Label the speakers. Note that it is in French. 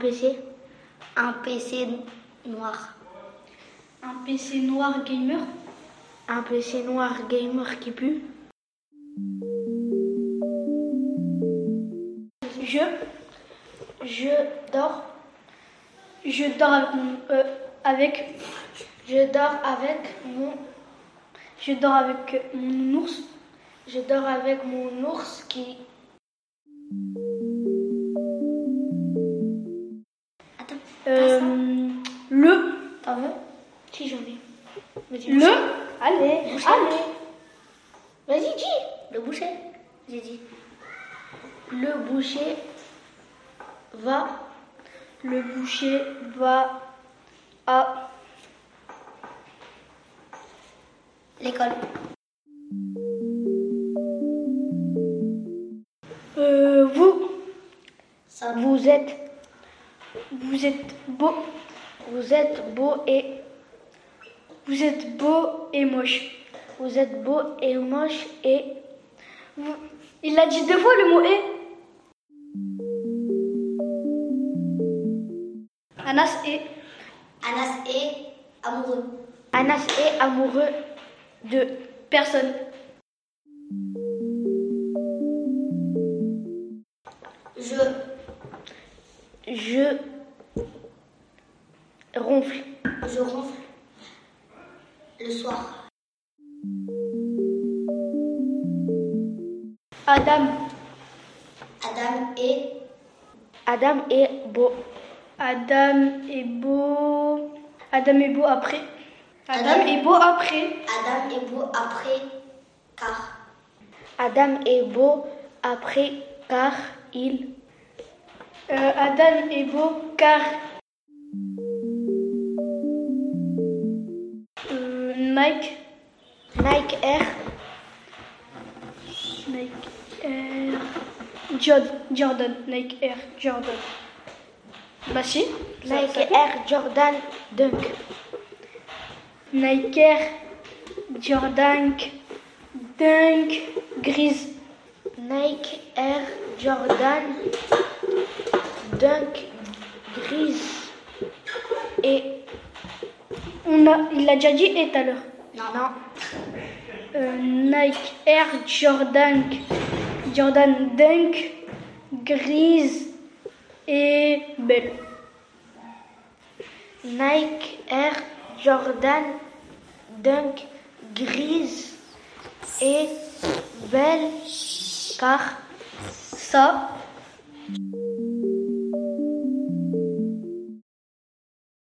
Speaker 1: PC Un PC noir.
Speaker 2: Un PC noir gamer
Speaker 1: Un PC noir gamer qui pue.
Speaker 2: Je. Je dors. Je dors avec mon. euh, avec. Je dors avec mon. Je dors avec mon ours.
Speaker 1: Je dors avec mon ours qui. Attends,
Speaker 2: Euh, le.
Speaker 1: t'en veux Si j'en ai. Vas-y,
Speaker 2: Le.
Speaker 1: boucher.
Speaker 2: Allez,
Speaker 1: Boucher.
Speaker 2: allez.
Speaker 1: Vas-y, dis Le boucher. J'ai dit. Le boucher va.
Speaker 2: Le boucher va à.
Speaker 1: L'école.
Speaker 2: Euh, vous.
Speaker 1: Ça
Speaker 2: Vous êtes. Vous êtes beau. Vous êtes beau et. Vous êtes beau et moche.
Speaker 1: Vous êtes beau et moche et.
Speaker 2: Vous- Il a dit deux fois le mot et. Anas est.
Speaker 1: Anas est amoureux.
Speaker 2: Anas est amoureux de personne.
Speaker 1: Je.
Speaker 2: Je ronfle.
Speaker 1: Je ronfle. Le soir.
Speaker 2: Adam.
Speaker 1: Adam est.
Speaker 2: Adam est beau. Adam est beau. Adam est beau après.
Speaker 1: Adam
Speaker 2: est beau après.
Speaker 1: Adam est beau après. Car.
Speaker 2: Adam est beau après car il. Euh, Adam est beau car. Euh, Nike. Nike Air. Nike Air. Jord- Jordan. Nike Air Jordan. Bah si. ça-
Speaker 1: Nike
Speaker 2: ça fait.
Speaker 1: Air Jordan Dunk.
Speaker 2: Nike Air Jordan Dunk Grise.
Speaker 1: Nike Air Jordan Dunk Grise. Et.
Speaker 2: On a, il l'a déjà dit et tout à l'heure.
Speaker 1: Non, non.
Speaker 2: Euh, Nike Air Jordan, Jordan Dunk, grise et belle.
Speaker 1: Nike Air Jordan Dunk Grise. Et. Belle. Car.
Speaker 2: Ça,